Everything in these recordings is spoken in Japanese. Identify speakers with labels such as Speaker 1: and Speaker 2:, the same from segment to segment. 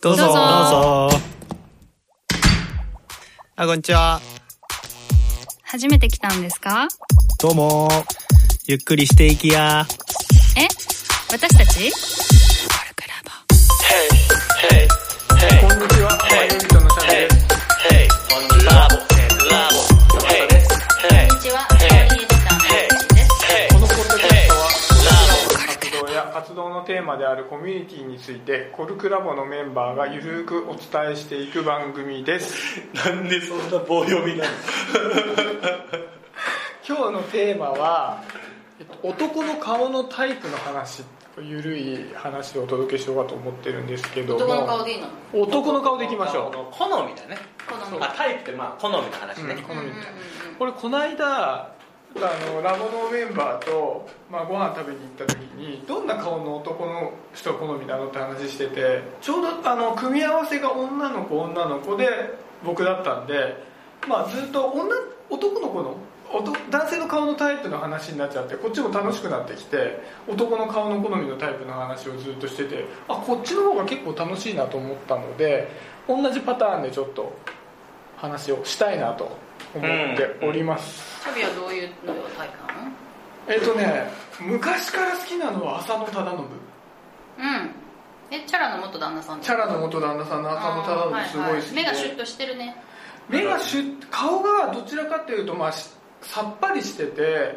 Speaker 1: どうぞ
Speaker 2: どうぞ
Speaker 1: あ、こんにちは。
Speaker 2: 初めて来たんですか
Speaker 1: どうもゆっくりしていきや。
Speaker 2: え私たちコルクラボこんにちは
Speaker 3: 活動や活動のテーマであるコミュニティについてコルクラボのメンバーがゆるくお伝えしていく番組です
Speaker 4: なんでそんな棒読みなの
Speaker 3: 今日のテーマはえっと男の顔のタイプの話ゆるい話をお届けしようかと思ってるんですけども
Speaker 5: 男の顔でいいの
Speaker 3: 男の顔でいきましょ
Speaker 4: 好みだね
Speaker 5: 好み
Speaker 4: あタイプってまあ好みの話ね、
Speaker 3: うん
Speaker 5: うんうんうんうん
Speaker 3: うこれこの間あのラボのメンバーと、まあ、ご飯食べに行った時にどんな顔の男の人好みなのって話しててちょうどあの組み合わせが女の子女の子で僕だったんで、まあ、ずっと女男の子の男男性の顔のタイプの話になっちゃってこっちも楽しくなってきて男の顔の好みのタイプの話をずっとしててあこっちの方が結構楽しいなと思ったので同じパターンでちょっと話をしたいなと思っております、
Speaker 5: チャビはどういうのがタイプなの
Speaker 3: えっとね昔から好きなのは浅野忠信
Speaker 5: うんえチャラの元旦那さん
Speaker 3: チャラの元旦那さんの浅野
Speaker 5: あーはい
Speaker 3: 忠信すごい好きで、
Speaker 5: 目がシュッとしてるね
Speaker 3: 目がシュッ顔がどちらかっていうと、まあ、しさっぱりして
Speaker 5: う
Speaker 3: て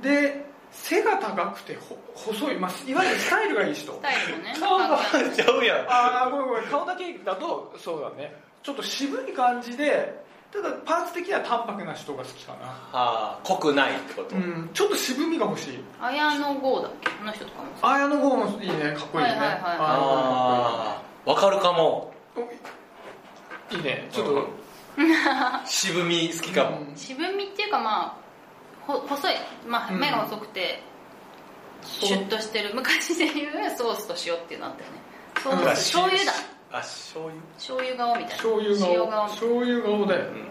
Speaker 5: ん
Speaker 3: で背が高くてほ細い、まあ、いわゆるスタイルがいい人
Speaker 5: スタイル もね
Speaker 3: 顔が
Speaker 5: かっこいい
Speaker 4: ちゃうやん
Speaker 3: ああごめんごめん顔だけだとそうだねちょっと渋い感じでただパーツ的には淡白な人が好きかな
Speaker 4: あー濃くないってこと、
Speaker 3: うんちょっと渋みが欲しい
Speaker 5: 綾野剛だっけあの人とかも
Speaker 3: 綾野剛もいいねかっこいい
Speaker 5: はいはいは
Speaker 3: ね
Speaker 5: い
Speaker 4: ああわかるかも
Speaker 3: あーいいねちょっと、
Speaker 4: うん渋み好きかも、
Speaker 5: 渋みっていうかまあほ細い、まあ、
Speaker 3: うん
Speaker 5: 目が細くて、シュッとしてる昔で言うソースと塩っていうのあったよねソ
Speaker 3: うん
Speaker 5: ース醤油だ
Speaker 4: あ醤油
Speaker 5: 醤油顔みたいな
Speaker 3: 醤油
Speaker 5: 塩
Speaker 3: 顔
Speaker 5: 顔
Speaker 3: 醤油顔だよ
Speaker 4: う
Speaker 5: う
Speaker 4: んうんん
Speaker 5: う
Speaker 4: う
Speaker 5: うん
Speaker 4: んん
Speaker 5: うん
Speaker 4: うん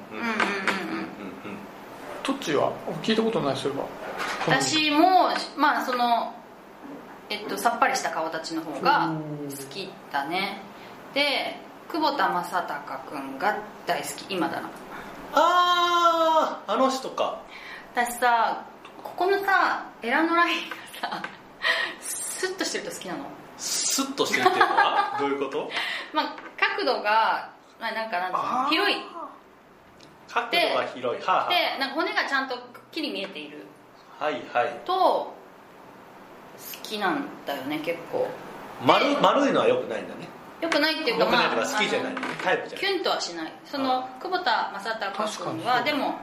Speaker 3: トッチは聞いたことないそういえば
Speaker 5: 私もまあそのえっとさっぱりした顔立ちの方が好きだねで久保田正孝君が大好き今だな
Speaker 4: あああの人か
Speaker 5: 私さここのさエラのラインがさスッとしてると好きなの
Speaker 4: スッとしてるっていうの はどういうこと
Speaker 5: まあ角度が、まあ、なんかなんていうの
Speaker 3: あー
Speaker 5: 広い
Speaker 4: 角度が広いは
Speaker 5: でなんか骨がちゃんとくっきり見えている
Speaker 4: あ、はいはい
Speaker 5: と好きなんだよね結構
Speaker 4: 丸丸いのはよくないんだね
Speaker 5: よくないってい
Speaker 4: よ
Speaker 5: う
Speaker 4: く
Speaker 5: か
Speaker 4: ないと
Speaker 5: ま
Speaker 4: か
Speaker 5: あ
Speaker 4: 好きじゃない
Speaker 5: あの
Speaker 4: タイプじゃ
Speaker 5: キ
Speaker 4: ない
Speaker 5: ュンとはしないその久保田正孝君
Speaker 3: 確か
Speaker 5: は
Speaker 3: に
Speaker 5: でも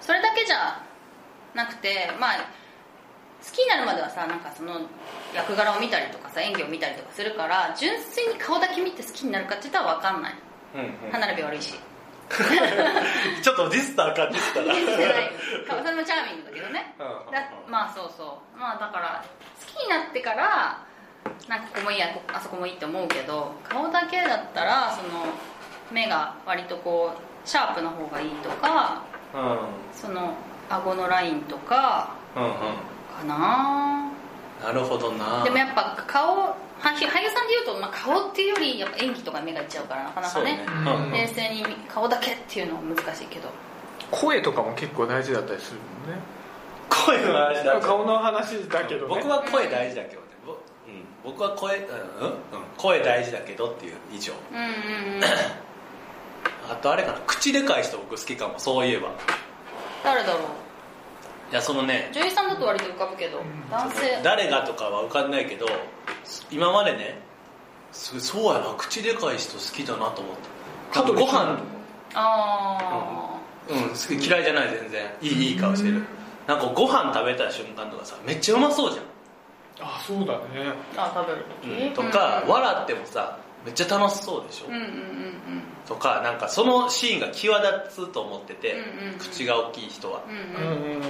Speaker 5: それだけじゃなくてまあ好きになるまではさなんかその役柄を見たりとかさ演技を見たりとかするから純粋に顔だけ見て好きになるかって言ったら分かんない
Speaker 4: うん
Speaker 5: 歯並び悪い し
Speaker 4: うん ちょっとディスターかディスター
Speaker 5: 見
Speaker 4: だ
Speaker 5: えてない顔それもチャーミングだけどね
Speaker 4: うん
Speaker 5: だまあそうそうまあだから好きになってからなんかここもいいやこあそこもいいって思うけど顔だけだったらその目が割とこうシャープの方がいいとか
Speaker 4: うんうん
Speaker 5: その顎のラインとか
Speaker 4: うん
Speaker 5: かな
Speaker 4: なるほどな
Speaker 5: でもやっぱ顔は俳優さんでいうと、まあ、顔っていうよりやっぱ演技とか目がいっちゃうからなかなか
Speaker 4: そう
Speaker 5: ね
Speaker 4: ね
Speaker 3: うん
Speaker 5: 冷静に顔だけっていうのは難しいけど
Speaker 3: 声とかも結構大事だったりするもんね
Speaker 4: 声の話だ
Speaker 3: 顔の話だけどね
Speaker 4: 僕は声大事だけどねぼうん僕は声うんうんうん声大事だけどっていう以上
Speaker 5: うんうんう ん
Speaker 4: あとあれかな口でかい人僕好きかもそういえば
Speaker 5: 誰だろう
Speaker 4: いやそのね
Speaker 5: 女優さんだと割と浮かぶけど男性
Speaker 4: 誰がとかは浮かんないけど今までねすそうやな口でかい人好きだなと思ったあとご飯
Speaker 5: あ
Speaker 4: うん好き嫌いじゃない全然いいいい顔してるなんかご飯食べた瞬間とかさめっちゃうまそうじゃん
Speaker 3: あそうだね
Speaker 5: ーあ食べる
Speaker 4: うんとか、
Speaker 5: うん
Speaker 4: 笑ってもさめっちゃ楽しそうでしょ、
Speaker 5: うんうんうん
Speaker 4: とかなんかそのシーンが際立つと思ってて、
Speaker 5: うんうん
Speaker 4: 口が大きい人は
Speaker 5: うん
Speaker 3: う
Speaker 5: うんうん
Speaker 3: んうんうん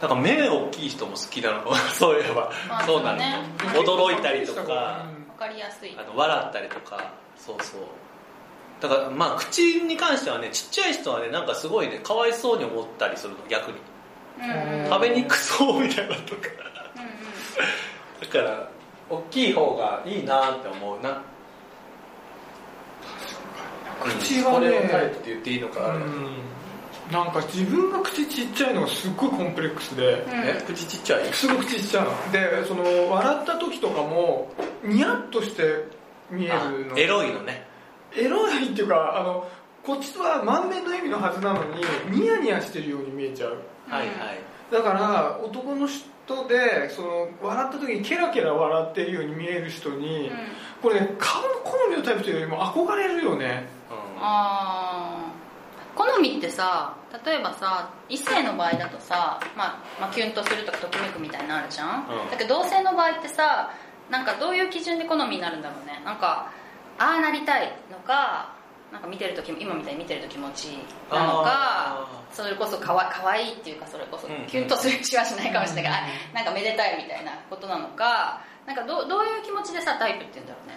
Speaker 4: なんか目大きい人も好 きなのそういえば、
Speaker 5: まあ
Speaker 4: そうなの、
Speaker 5: ね
Speaker 4: 驚いたりとか、
Speaker 5: わかりやすい
Speaker 4: あの笑ったりとかそうそうだからまあ口に関してはねちっちゃい人はねなんかすごいねかわいそうに思ったりするの逆に
Speaker 5: うんうんうん
Speaker 4: 食べにくそうみたいなのとかだから大きい方がいいなって思うな
Speaker 3: 口はね
Speaker 4: これをタイプって言っていいのかあれだけど、
Speaker 3: うんなんか自分が口ちっちゃいのがすっごいコンプレックスで、
Speaker 4: え口ちっちゃい
Speaker 3: すごくちっちゃいのでその笑った時とかもニヤッとして見え
Speaker 4: あ
Speaker 3: るの
Speaker 4: エロいのね
Speaker 3: エロいっていうかあのこっちは満面の意味のはずなのにニヤニヤしてるように見えちゃう
Speaker 4: はいはい、
Speaker 3: だから男の人でその笑った時にケラケラ笑ってるように見える人に、
Speaker 5: うん
Speaker 3: これね顔の好みのタイプというよりも憧れるよね
Speaker 4: うん、
Speaker 5: あー好みってさ例えばさ異性の場合だとさ、まあ、まあキュンとするとかときめくみたいなのあるじゃん、
Speaker 4: うん
Speaker 5: だけど同性の場合ってさなんかどういう基準で好みになるんだろうねなんかああなりたいのかなんか見てる時も今みたいに見てると気持ちいいなのか
Speaker 4: あ
Speaker 5: それこそかわかわいいっていうかそれこそ
Speaker 4: うん
Speaker 5: キュンとする気はしないかもしれないけど、あなんかめでたいみたいなことなのかなんかどうどういう気持ちでさタイプって言うんだろうね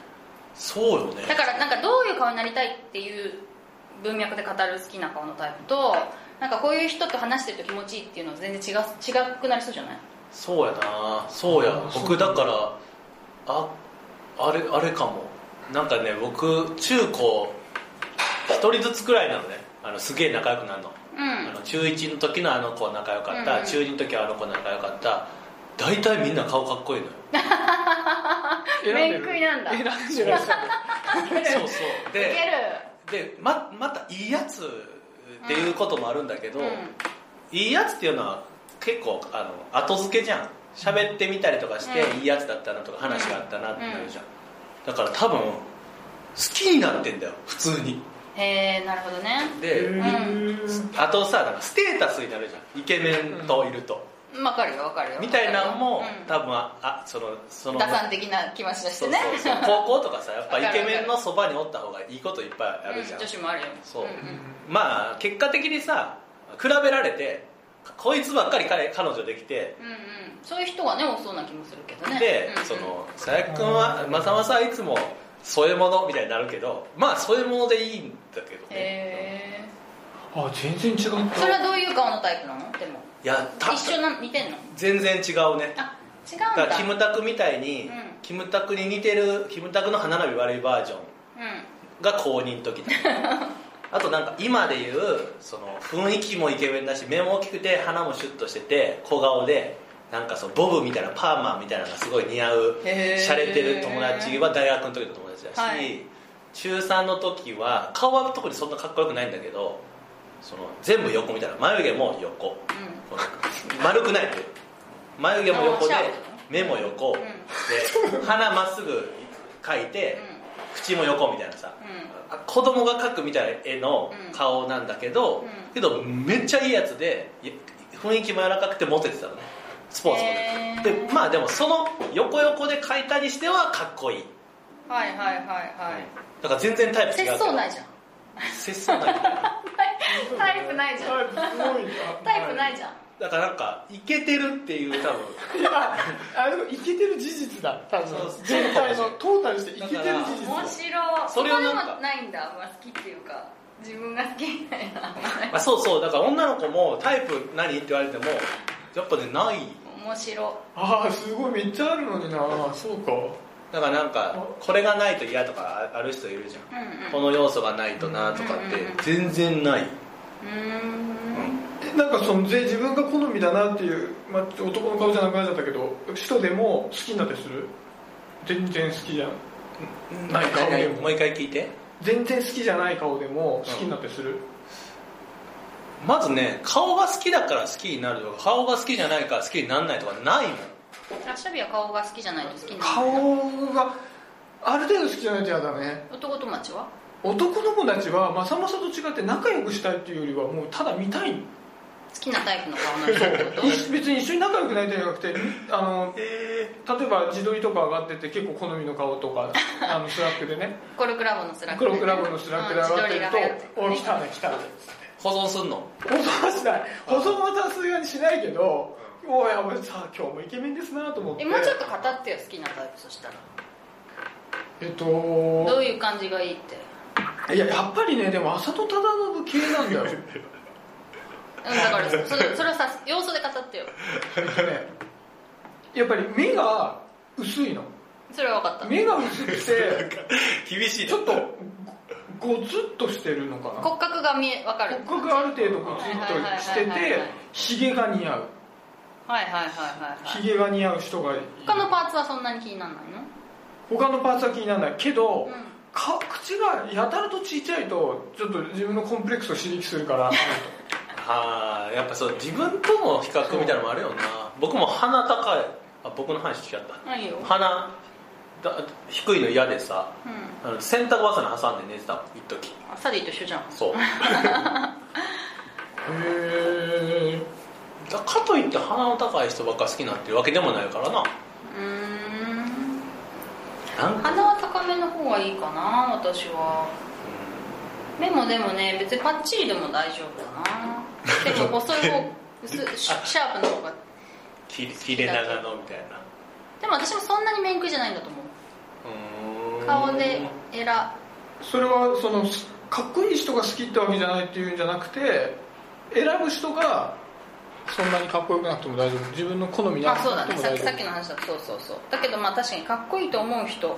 Speaker 4: そうよね
Speaker 5: だからなんかどういう顔になりたいっていう文脈で語る好きな顔のタイプとなんかこういう人と話してると気持ちいいっていうのは全然違う違くなりそうじゃない
Speaker 4: そうやなそうや
Speaker 3: あそう
Speaker 4: 僕だからああれあれかもなんかね僕中高一人ずつくらいなのねあのすげえ仲良くなるの,、
Speaker 5: うん
Speaker 4: あの中1の時のあの子は仲良かった、
Speaker 5: うんうん
Speaker 4: 中2の時はあの子仲良かった大体みんな顔か っこいいのよ
Speaker 5: 面食いなんだいける
Speaker 3: 選んでる
Speaker 4: そうそうででままたいいやつっていうこともあるんだけど、
Speaker 5: う
Speaker 4: いいやつっていうのは結構あの後付けじゃん喋ってみたりとかして、
Speaker 5: うん
Speaker 4: いいやつだったなとか話があったなってなるじゃん、だから多分好きになってんだよ普通に
Speaker 5: んへえなるほどね
Speaker 4: で
Speaker 3: へー
Speaker 4: あとさなんかステータスになるじゃんイケメンといると、
Speaker 5: わかるよわかるよ
Speaker 4: みたいなのも、
Speaker 5: うん
Speaker 4: 多分ああそのその
Speaker 5: 打算的な気持ちとし
Speaker 4: そ
Speaker 5: て
Speaker 4: う
Speaker 5: ね
Speaker 4: そうそう高校とかさやっぱ
Speaker 5: わか
Speaker 4: イ
Speaker 5: る
Speaker 4: ケメンのそばにおった方がいいこといっぱいあるじゃ
Speaker 5: うん
Speaker 4: ん、
Speaker 5: 女子もあるよ
Speaker 4: そうん
Speaker 5: ん
Speaker 4: まあ結果的にさ比べられてこいつばっかり彼彼女できて
Speaker 5: うんうんそういう人がね多そうな気もするけどね
Speaker 4: で、
Speaker 5: うんうん
Speaker 4: その佐伯君はまさまさいつも添え物みたいになるけどまあ添え物でいいんだけどね、
Speaker 5: へ
Speaker 3: あ全然違った
Speaker 5: えそれはどういう顔のタイプなのでも
Speaker 4: いやた
Speaker 5: 一緒な似てんの
Speaker 4: 全然違うね
Speaker 5: あ違
Speaker 4: だ
Speaker 5: う
Speaker 4: か
Speaker 5: ん
Speaker 4: ら
Speaker 5: だ
Speaker 4: キムタクみたいに、
Speaker 5: うん
Speaker 4: キムタクに似てるキムタクの歯並び悪いバージョン
Speaker 5: うん
Speaker 4: が公認 時だあとなんか今でいうその雰囲気もイケメンだし目も大きくて鼻もシュッとしてて小顔でなんかそのボブみたいなパーマみたいなのがすごい似合う
Speaker 5: へー
Speaker 4: 洒落てる友達は大学の時の友達だし、
Speaker 5: はい
Speaker 4: 中3の時は顔は特にそんなかっこよくないんだけどその全部横みたいな眉毛も横こ
Speaker 5: うん
Speaker 4: う丸くない眉毛も横で
Speaker 5: あシャー
Speaker 4: 目も横、
Speaker 5: ん
Speaker 4: で鼻まっすぐ描いて、口も横みたいなさ、
Speaker 5: う
Speaker 4: 子供が描くみたいな絵の顔なんだけど、
Speaker 5: うん
Speaker 4: けどめっちゃいいやつでい雰囲気も柔らかくてモテてたのねスポーツも
Speaker 5: へ
Speaker 4: で
Speaker 5: ー
Speaker 4: でまあでもその横横で描いたにしてはかっこいい、
Speaker 5: はいはいはいはい
Speaker 4: だから全然タイプ違うけど
Speaker 5: 節操ないじゃん
Speaker 4: 節操ない
Speaker 5: タイプないじゃん
Speaker 3: タイプすごいな
Speaker 5: タイプないじゃん
Speaker 4: だからなんかイケてるっていう多 分
Speaker 3: いや あでもいけてる事実だ多分
Speaker 4: そう
Speaker 3: 全体のトータルしていけてる事
Speaker 5: 面
Speaker 3: 実
Speaker 5: 白い
Speaker 4: それをなんか
Speaker 5: ここでもないんだまあ好きっていうか自分が好きみたいな
Speaker 4: あそうそうだから女の子もタイプ何って言われてもやっぱねない
Speaker 5: 面白
Speaker 3: ああすごいめっちゃあるのになそうか
Speaker 4: だからなんかこれがないと嫌とかあある人いるじゃん
Speaker 5: うんうん
Speaker 4: この要素がないとなとかって全然ない、
Speaker 5: うーん
Speaker 3: えなんかそのぜ自分が好みだなっていう、まあ、男の顔じゃなくなっちゃったけど人でも好きになったりする全然好きじゃんない顔でも
Speaker 4: もう一回聞いて
Speaker 3: 全然好きじゃない顔でも好きになったりする、
Speaker 4: まずね顔が好きだから好きになるとか顔が好きじゃないから好きにならないとかないもん
Speaker 5: ラッシャビは顔が好きじゃないと好きになる
Speaker 3: 顔がある程度好きじゃないと嫌だね
Speaker 5: 男友達は
Speaker 3: 男の子たちはまさまさと違って仲良くしたいっていうよりはもうただ見たい
Speaker 5: 好きなタイプの顔なんだってこと
Speaker 3: 一別に一緒に仲良くなりたいんじゃなくてあの、例えば自撮りとか上がってて結構好みの顔と かあのスラックでね
Speaker 5: コルクラボのスラック
Speaker 3: 黒クラブのスラックで上がってると「おい来たね来たね」
Speaker 4: 保存すんの
Speaker 3: 保存はしない保存はさすがにしないけど「おいや俺さ今日もイケメンですな」と思って
Speaker 5: えもうちょっと語ってよ好きなタイプそしたら
Speaker 3: えっと
Speaker 5: どういう感じがいいって
Speaker 3: いややっぱりねでも浅戸忠信系 なんだよね
Speaker 5: うんだからそれそれはさ要素で語ってよ
Speaker 3: やっぱり目が薄いの
Speaker 5: それは分かった
Speaker 3: 目が薄くて
Speaker 4: 厳し
Speaker 3: ちょっとごつっとしてるのかな
Speaker 5: 骨格が見え分かる
Speaker 3: 骨格がある程度ごつっとして
Speaker 5: はいはいはいはいは
Speaker 3: て
Speaker 5: い
Speaker 3: ひげが似合う
Speaker 5: はいはいはいはいは
Speaker 3: ひ
Speaker 5: い
Speaker 3: げが似合う人がいる
Speaker 5: 他のパーツはそんなに気にならないの
Speaker 3: 他のパーツは気にならないけ
Speaker 5: う
Speaker 3: ど、
Speaker 5: ん
Speaker 3: か口がやたらとちっちゃいとちょっと自分のコンプレックスを刺激するから
Speaker 4: ああやっぱそう自分との比較みたいなのもあるよな僕も鼻高いあ僕の話しちゃった
Speaker 5: あいいよ
Speaker 4: 鼻だ低いの嫌でさ
Speaker 5: うん
Speaker 4: あの洗濯バサミ挟んで寝てたもん一時
Speaker 5: あサディと一緒じゃん
Speaker 4: そう
Speaker 3: へ
Speaker 4: だかといって鼻の高い人ばっか好きになってるわけでもないからな
Speaker 5: うーん
Speaker 4: なんか
Speaker 5: 鼻は高めの方がいいかな私は目もでもね別にパッチリでも大丈夫だなでも細い方 薄シャープの方が
Speaker 4: 切れ切れ長のみたいな
Speaker 5: でも私もそんなに面食いじゃないんだと思う
Speaker 4: うーん
Speaker 5: 顔で選
Speaker 3: それはそのすかっこいい人が好きってわけじゃないっていうんじゃなくて選ぶ人がそんなにかっこよくなくても大丈夫自分の好みに合
Speaker 5: あ
Speaker 3: わ
Speaker 5: そうだ
Speaker 3: なくて
Speaker 5: ね
Speaker 3: も
Speaker 5: さっ
Speaker 3: 大
Speaker 5: き
Speaker 3: 丈
Speaker 5: さっきの話だとそうそうそうだけどまあ確かにかっこいいと思う人っ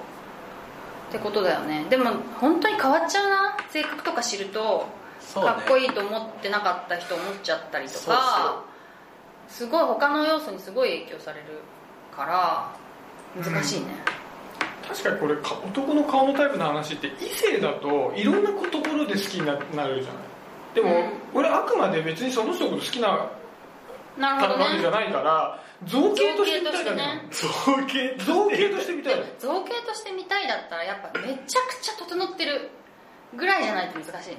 Speaker 5: てことだよねでも本当に変わっちゃうな性格とか知ると、
Speaker 4: そうね
Speaker 5: かっこいいと思ってなかった人思っちゃったりとか
Speaker 4: そうそ
Speaker 5: すごい他の要素にすごい影響されるから難しいね、
Speaker 3: 夫確かにこれか男の顔のタイプの話って異性だといろんなところで好きにななるじゃないでも、俺あくまで別にその人のこと好きな
Speaker 5: なるほど
Speaker 3: わけじゃ
Speaker 5: ね
Speaker 3: ないから造形としてみたいだね造形造形としてみたいだね
Speaker 5: 造形として見たいだったらやっぱめちゃくちゃ整ってるぐらいじゃないと難しいね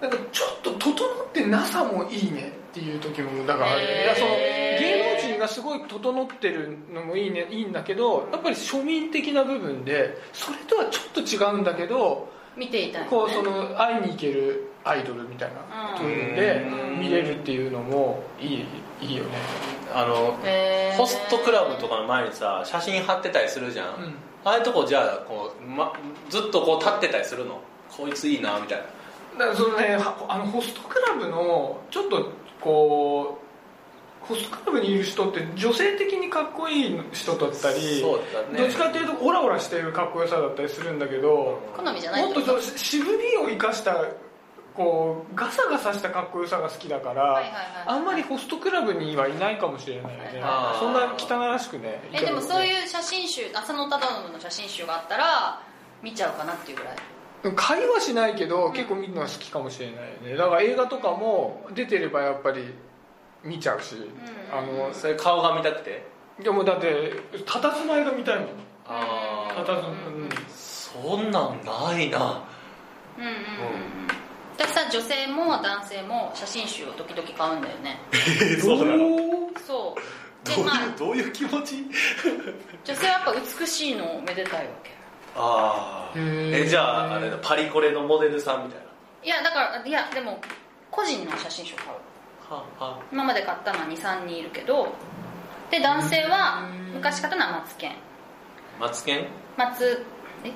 Speaker 3: なんかちょっと整ってなさもいいねっていう時もだからある
Speaker 5: へー
Speaker 3: いやその芸能人がすごい整ってるのもいいねいいんだけどやっぱり庶民的な部分でそれとはちょっと違うんだけど
Speaker 5: 見ていたい、ね、
Speaker 3: こうその会いに行けるアイドルみたいなところで
Speaker 4: うん
Speaker 3: 見れるっていうのもいいいいよね、
Speaker 4: あの
Speaker 5: へー
Speaker 4: ホストクラブとかの前にさ写真貼ってたりするじゃん、
Speaker 3: うん
Speaker 4: ああいうとこじゃあこう、ま、ずっとこう立ってたりするのこいついいなみたいな
Speaker 3: だからそのねはあのホストクラブのちょっとこうホストクラブにいる人って女性的にかっこいい人だったり
Speaker 4: そうだね
Speaker 3: どっちかっていうとオラオラしてるかっこよさだったりするんだけど、
Speaker 5: 好みじゃない
Speaker 3: もっとその渋みを生かしたこうガサガサしたかっこよさが好きだから、
Speaker 5: はいはいはい
Speaker 3: あんまりホストクラブにはいないかもしれないよね、
Speaker 4: あー
Speaker 3: そんな汚らしくね
Speaker 5: えでもそう
Speaker 3: う
Speaker 5: いう写真集浅野忠信の写真集があったら見ちゃうかなっていうぐらい
Speaker 3: 会話しないけど結構見るのは好きかもしれないよねだから映画とかも出てればやっぱり見ちゃうし、あの
Speaker 4: それ顔が見たくて
Speaker 3: でもだって佇まいが見たいもん
Speaker 4: ああ
Speaker 3: 佇まい
Speaker 5: うん
Speaker 4: そんなんないな
Speaker 5: うんうんうん私さ女性も男性も写真集を時々買うんだよね
Speaker 4: え
Speaker 3: おー
Speaker 5: そう
Speaker 4: ど
Speaker 5: で
Speaker 4: う
Speaker 5: まあ
Speaker 4: いうどういう気持ち
Speaker 5: 女性はやっぱ美しいのをめでたいわけ
Speaker 4: ああ
Speaker 3: へー
Speaker 4: えじゃああれだパリコレのモデルさんみたいない
Speaker 5: やだからいやでも個人の写真集を買う
Speaker 4: はあは
Speaker 5: 今まで買ったのは23人いるけどで男性は昔買ったのは松健
Speaker 4: あマツケン
Speaker 5: 松え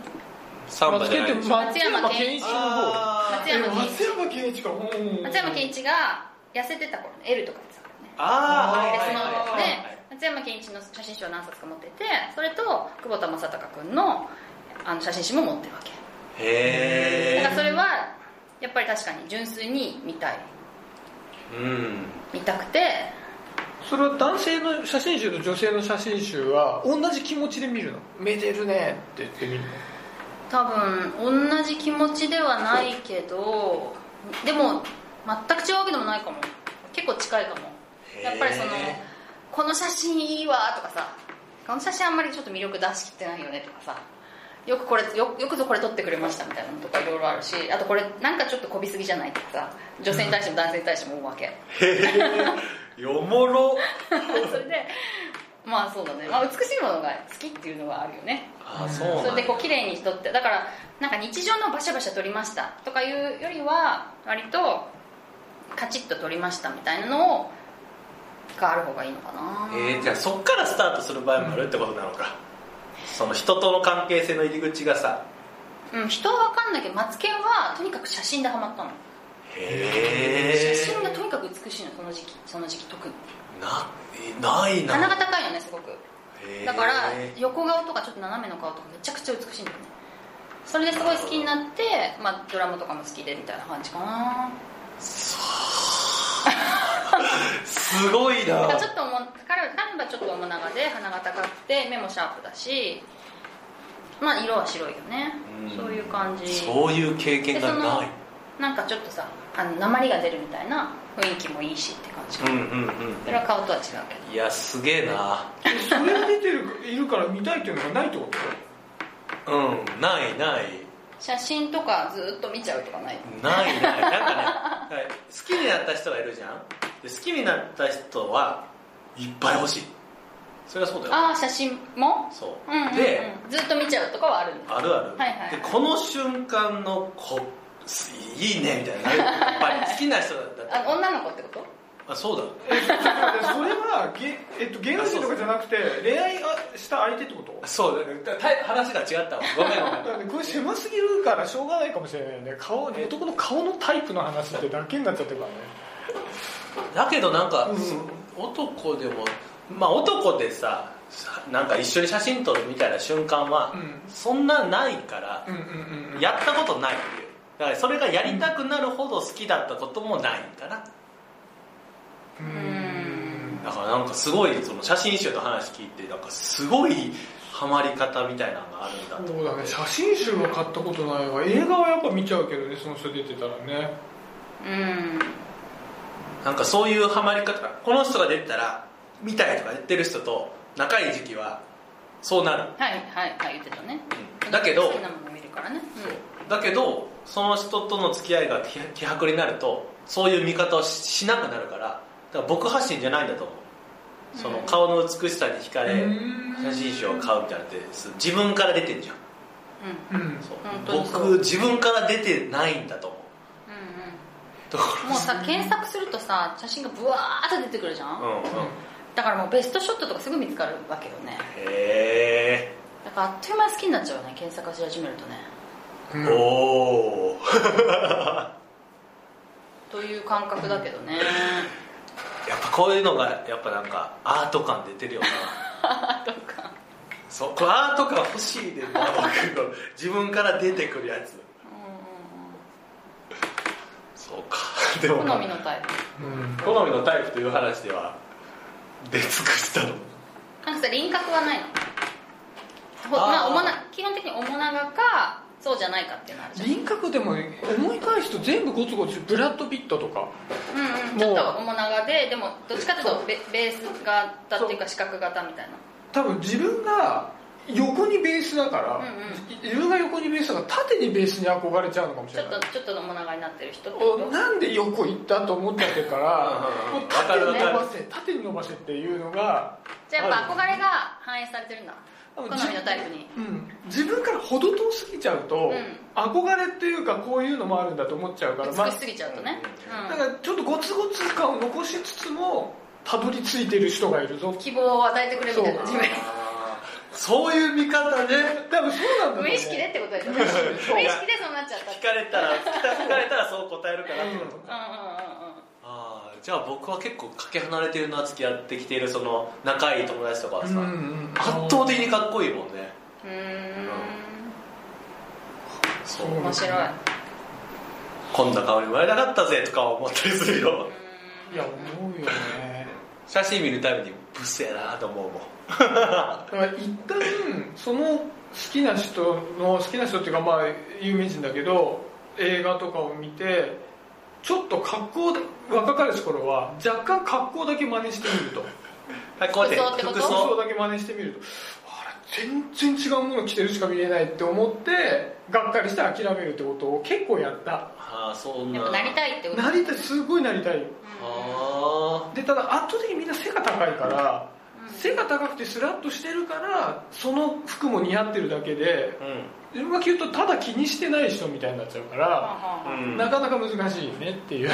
Speaker 4: サンバじゃないでしょ
Speaker 3: 松山健一の方
Speaker 4: あ
Speaker 5: 松
Speaker 4: ー
Speaker 5: 山健
Speaker 3: 松
Speaker 5: 一
Speaker 3: 山健一か
Speaker 5: 松山健
Speaker 3: 一
Speaker 5: 一が痩せてた頃ね L とかですからね
Speaker 4: あー
Speaker 5: で
Speaker 4: は
Speaker 5: そ
Speaker 4: い
Speaker 5: の
Speaker 4: はいはいはい
Speaker 5: で松山ケンイチの写真集を何冊か持っててそれと久保田正孝君のあの写真集も持ってるわけだ
Speaker 4: へ
Speaker 5: からそ
Speaker 4: え
Speaker 5: れはやっぱり確かに純粋に見たい
Speaker 4: うん
Speaker 5: 見たくて
Speaker 3: それは男性の写真集と女性の写真集は同じ気持ちで見るのめでるねって言って見るの
Speaker 5: 多分同じ気持ちではないけどでも全く違うわけでもないかも結構近いかも
Speaker 4: へー
Speaker 5: やっぱりそのこの写真いいわとかさこの写真あんまりちょっと魅力出しきってないよねとかさよくこれよよくぞこれ撮ってくれましたみたいなのとかいろいろあるしあとこれなんかちょっとこびすぎじゃないとかさ女性に対しても男性に対しても思うわけ
Speaker 4: よもろ
Speaker 5: それでまあそうだね、まあ、美しいものが好きっていうのはあるよね
Speaker 4: あーそうなん
Speaker 5: そ
Speaker 4: だ
Speaker 5: れでこう綺麗に撮ってだからなんか日常のバシャバシャ撮りましたとかいうよりは割とカチッと撮りましたみたいなのをがある方がいいのかな
Speaker 4: えー、じゃあそっからスタートする場合もあるってことなのか、その人との関係性の入り口がさ
Speaker 5: うん、人は分かんないけどマツケンはとにかく写真でハマったの、
Speaker 4: へえ
Speaker 5: 写真がとにかく美しいのその時期その時期特に
Speaker 4: なないな
Speaker 5: 鼻が高いよねすごく
Speaker 4: へー
Speaker 5: だから横顔とかちょっと斜めの顔とかめちゃくちゃ美しいんだよねそれですごい好きになって、まあ、ドラマとかも好きでみたいな感じかな
Speaker 4: すごいな
Speaker 5: なんかちょっともう彼彼はちょっと面長で鼻が高くて目もシャープだしまあ色は白いよね、
Speaker 4: うん
Speaker 5: そういう感じ
Speaker 4: そういう経験
Speaker 5: で
Speaker 4: が
Speaker 5: その
Speaker 4: ない
Speaker 5: なんかちょっとさあの鉛が出るみたいな雰囲気もいいしって感じ、
Speaker 4: うんうん
Speaker 5: それは顔とは違うけど
Speaker 4: うんいやすげえな
Speaker 3: それが出てるいるから見たいっていうのがないってこ
Speaker 4: うんないない
Speaker 5: 写真とかずっと見ちゃうとかない
Speaker 4: ないないなんかねはい好きになった人がいるじゃんで好きになった人はいっぱい欲しいそれはそうだよ
Speaker 5: ああ写真も
Speaker 4: そう
Speaker 5: うんうん、うん、
Speaker 4: で
Speaker 5: ずっと見ちゃうとかはあるんだ
Speaker 4: あるある、
Speaker 5: はいはい
Speaker 4: でこの瞬間のこすいいねみたいなやっぱり好きな人だった
Speaker 5: あ
Speaker 4: ら
Speaker 5: 女の子ってこと
Speaker 4: あそうだ
Speaker 3: とえそれはげ、えっと、芸能人とかじゃなくて恋愛した相手ってこと
Speaker 4: そうだねた話が違ったわごめんごめん
Speaker 3: だってこれ狭すぎるからしょうがないかもしれないよね顔男の顔のタイプの話ってだけになっちゃってるからね
Speaker 4: だけどなんか、
Speaker 3: うん
Speaker 4: 男でもまあ男でさなんか一緒に写真撮るみたいな瞬間は、
Speaker 3: うん
Speaker 4: そんなないから、
Speaker 3: うんうんうん
Speaker 4: やったことないっていうだからそれがやりたくなるほど好きだったこともないんだな、
Speaker 3: う
Speaker 5: うんん
Speaker 4: だからなんかすごいその写真集の話聞いてなんかすごいハマり方みたいなのがあるんだと
Speaker 3: そ
Speaker 4: 思
Speaker 3: うだ
Speaker 4: って
Speaker 3: ね写真集は買ったことないわ映画はやっぱ見ちゃうけどねその人出てたらね
Speaker 5: うん
Speaker 4: なんかそういうハマり方この人が出てたら見たいとか言ってる人と仲いい時期はそうなる、
Speaker 5: はいはいはい言ってたね
Speaker 4: うんだけど
Speaker 5: 好きなもの見るからね
Speaker 4: だけどその人との付き合いが希希薄になるとそういう見方をししなくなるからだから僕発信じゃないんだと思うその
Speaker 5: うん
Speaker 4: 顔の美しさに惹かれ
Speaker 3: うん
Speaker 4: 写真集を買うみたいなのってす自分から出てんじゃん
Speaker 5: うんうん
Speaker 3: うんうん
Speaker 4: そう
Speaker 5: 本当にそう
Speaker 4: 僕自分から出てないんだと思う
Speaker 5: うんうん
Speaker 4: だか
Speaker 5: もうさ検索するとさ写真がブワーって出てくるじゃん、
Speaker 4: らうんうん
Speaker 5: だからもうベストショットとかすぐ見つかるわけよね
Speaker 4: へえ
Speaker 5: だからあっという間に好きになっちゃうよね検索し始めるとね
Speaker 3: うん
Speaker 4: おお
Speaker 5: という感覚だけどね
Speaker 4: やっぱこういうのがやっぱなんかアート感出てるよなそうこれアート感欲しいね僕の自分から出てくるやつ
Speaker 5: う
Speaker 4: そうかで
Speaker 5: んうんう
Speaker 4: も
Speaker 5: ん好みのタイプ
Speaker 3: うん
Speaker 4: 好みのタイプという話では出尽くしたの
Speaker 5: なんかさ輪郭はないのほ
Speaker 4: あー
Speaker 5: まあおもな基本的におもながかそうじゃないかっていうのあるじゃん
Speaker 3: 輪郭でもね思い返すと全部ゴツゴツブラッド・ピットとか
Speaker 5: うんうんち
Speaker 3: も
Speaker 5: ょ
Speaker 3: う
Speaker 5: っとおもながででもどっちかというとベベース型っていうか四角型みたいな
Speaker 3: 多分自分が横にベースだから、
Speaker 5: うんうん
Speaker 3: 自分が横にベースだから縦にベースに憧れちゃうのかもし
Speaker 5: ち
Speaker 3: れ
Speaker 5: ょっ
Speaker 3: ない
Speaker 5: とちょっとおもながになってる人ってこ
Speaker 3: お
Speaker 5: と
Speaker 3: なんで横行ったと思っちゃってるから
Speaker 4: うんうんうん
Speaker 3: もう縦に
Speaker 4: わかる
Speaker 3: 伸
Speaker 4: わか
Speaker 3: ばせ縦に伸ばせっていうのが、
Speaker 5: じゃあやっぱ憧れが反映されてるんだ
Speaker 3: あ
Speaker 5: 好
Speaker 3: の
Speaker 5: みのタイプに
Speaker 3: うん、自分から程遠すぎちゃうと、
Speaker 5: うん
Speaker 3: 憧れっていうかこういうのもあるんだと思っちゃうから、まあ
Speaker 5: 美しすぎちゃうとね、うん
Speaker 3: だからちょっとゴツゴツ感を残しつつもたどり着いてる人がいるぞ
Speaker 5: 希望を与えてくれるみたいな
Speaker 3: そう
Speaker 5: 自分
Speaker 4: そういう見方ね
Speaker 3: 多分そうなんだと思う
Speaker 5: 無意識でってことですよね無意識でそうなっちゃったっ
Speaker 4: 聞
Speaker 5: て
Speaker 4: かれたら聞かれたらそう答えるからってことか、
Speaker 5: うんうんうんうん
Speaker 4: ああじゃあ僕は結構かけ離れてるな付き合ってきているその仲いい友達とかはさ、
Speaker 3: うんうん
Speaker 4: 圧倒的にかっこいいもんね
Speaker 5: うーん
Speaker 4: そう
Speaker 3: うん
Speaker 5: 面白い
Speaker 4: こんな顔に生まれなかったぜとか思ったりするよ
Speaker 3: いや思うよね
Speaker 4: 写真見るたびにブスやなと思うもん
Speaker 3: だから一旦その好きな人の好きな人っていうかまあ有名人だけど映画とかを見てちょっと格好で若かりし頃は若干格好だけ真似してみると
Speaker 4: はいこうやって
Speaker 5: 服装ってこと
Speaker 4: 服
Speaker 3: 服装
Speaker 4: 装
Speaker 3: だけ真似してみるとあれ全然違うもの着てるしか見えないって思ってがっかりして諦めるってことを結構やった
Speaker 4: ああそんな
Speaker 5: やっぱなりたいってこと
Speaker 3: なりたいすごいなりたいよ
Speaker 4: あ
Speaker 3: でただ圧倒的にみんな背が高いから背が高くてスラッとしてるからその服も似合ってるだけで
Speaker 4: あうん
Speaker 3: 自分が言うとただ気にしてない人みたいになっちゃうか
Speaker 5: うんは
Speaker 3: ら、
Speaker 5: あはあ
Speaker 4: うん
Speaker 3: なかなか難しいねっ てい
Speaker 5: うんう
Speaker 3: う
Speaker 5: ん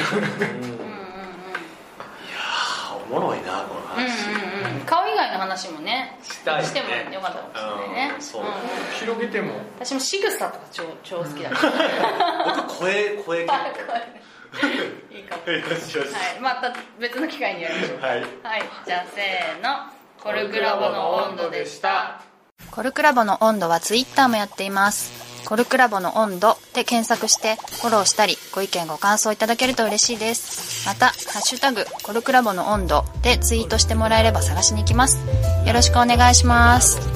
Speaker 4: あおもろいなこの話、
Speaker 5: うんうんうん顔以外の話もね
Speaker 4: したいね
Speaker 5: してもよかったかもしれないね
Speaker 4: うんそうん
Speaker 5: ん
Speaker 3: 広げても
Speaker 5: 私も仕草とか超超好きだ から
Speaker 4: 僕声声結構
Speaker 5: あこれいいかもは
Speaker 4: よしよし
Speaker 5: いまた別の機会にやりましょう
Speaker 4: はい
Speaker 5: はいじゃあせーのコルクラボの温度でした
Speaker 2: コルクラボの温度はツイッターもやっています
Speaker 6: コルクラボの温度で検索してフォローしたりご意見ご感想いただけると嬉しいですまたハッシュタグコルクラボの温度でツイートしてもらえれば探しに行きますよろしくお願いします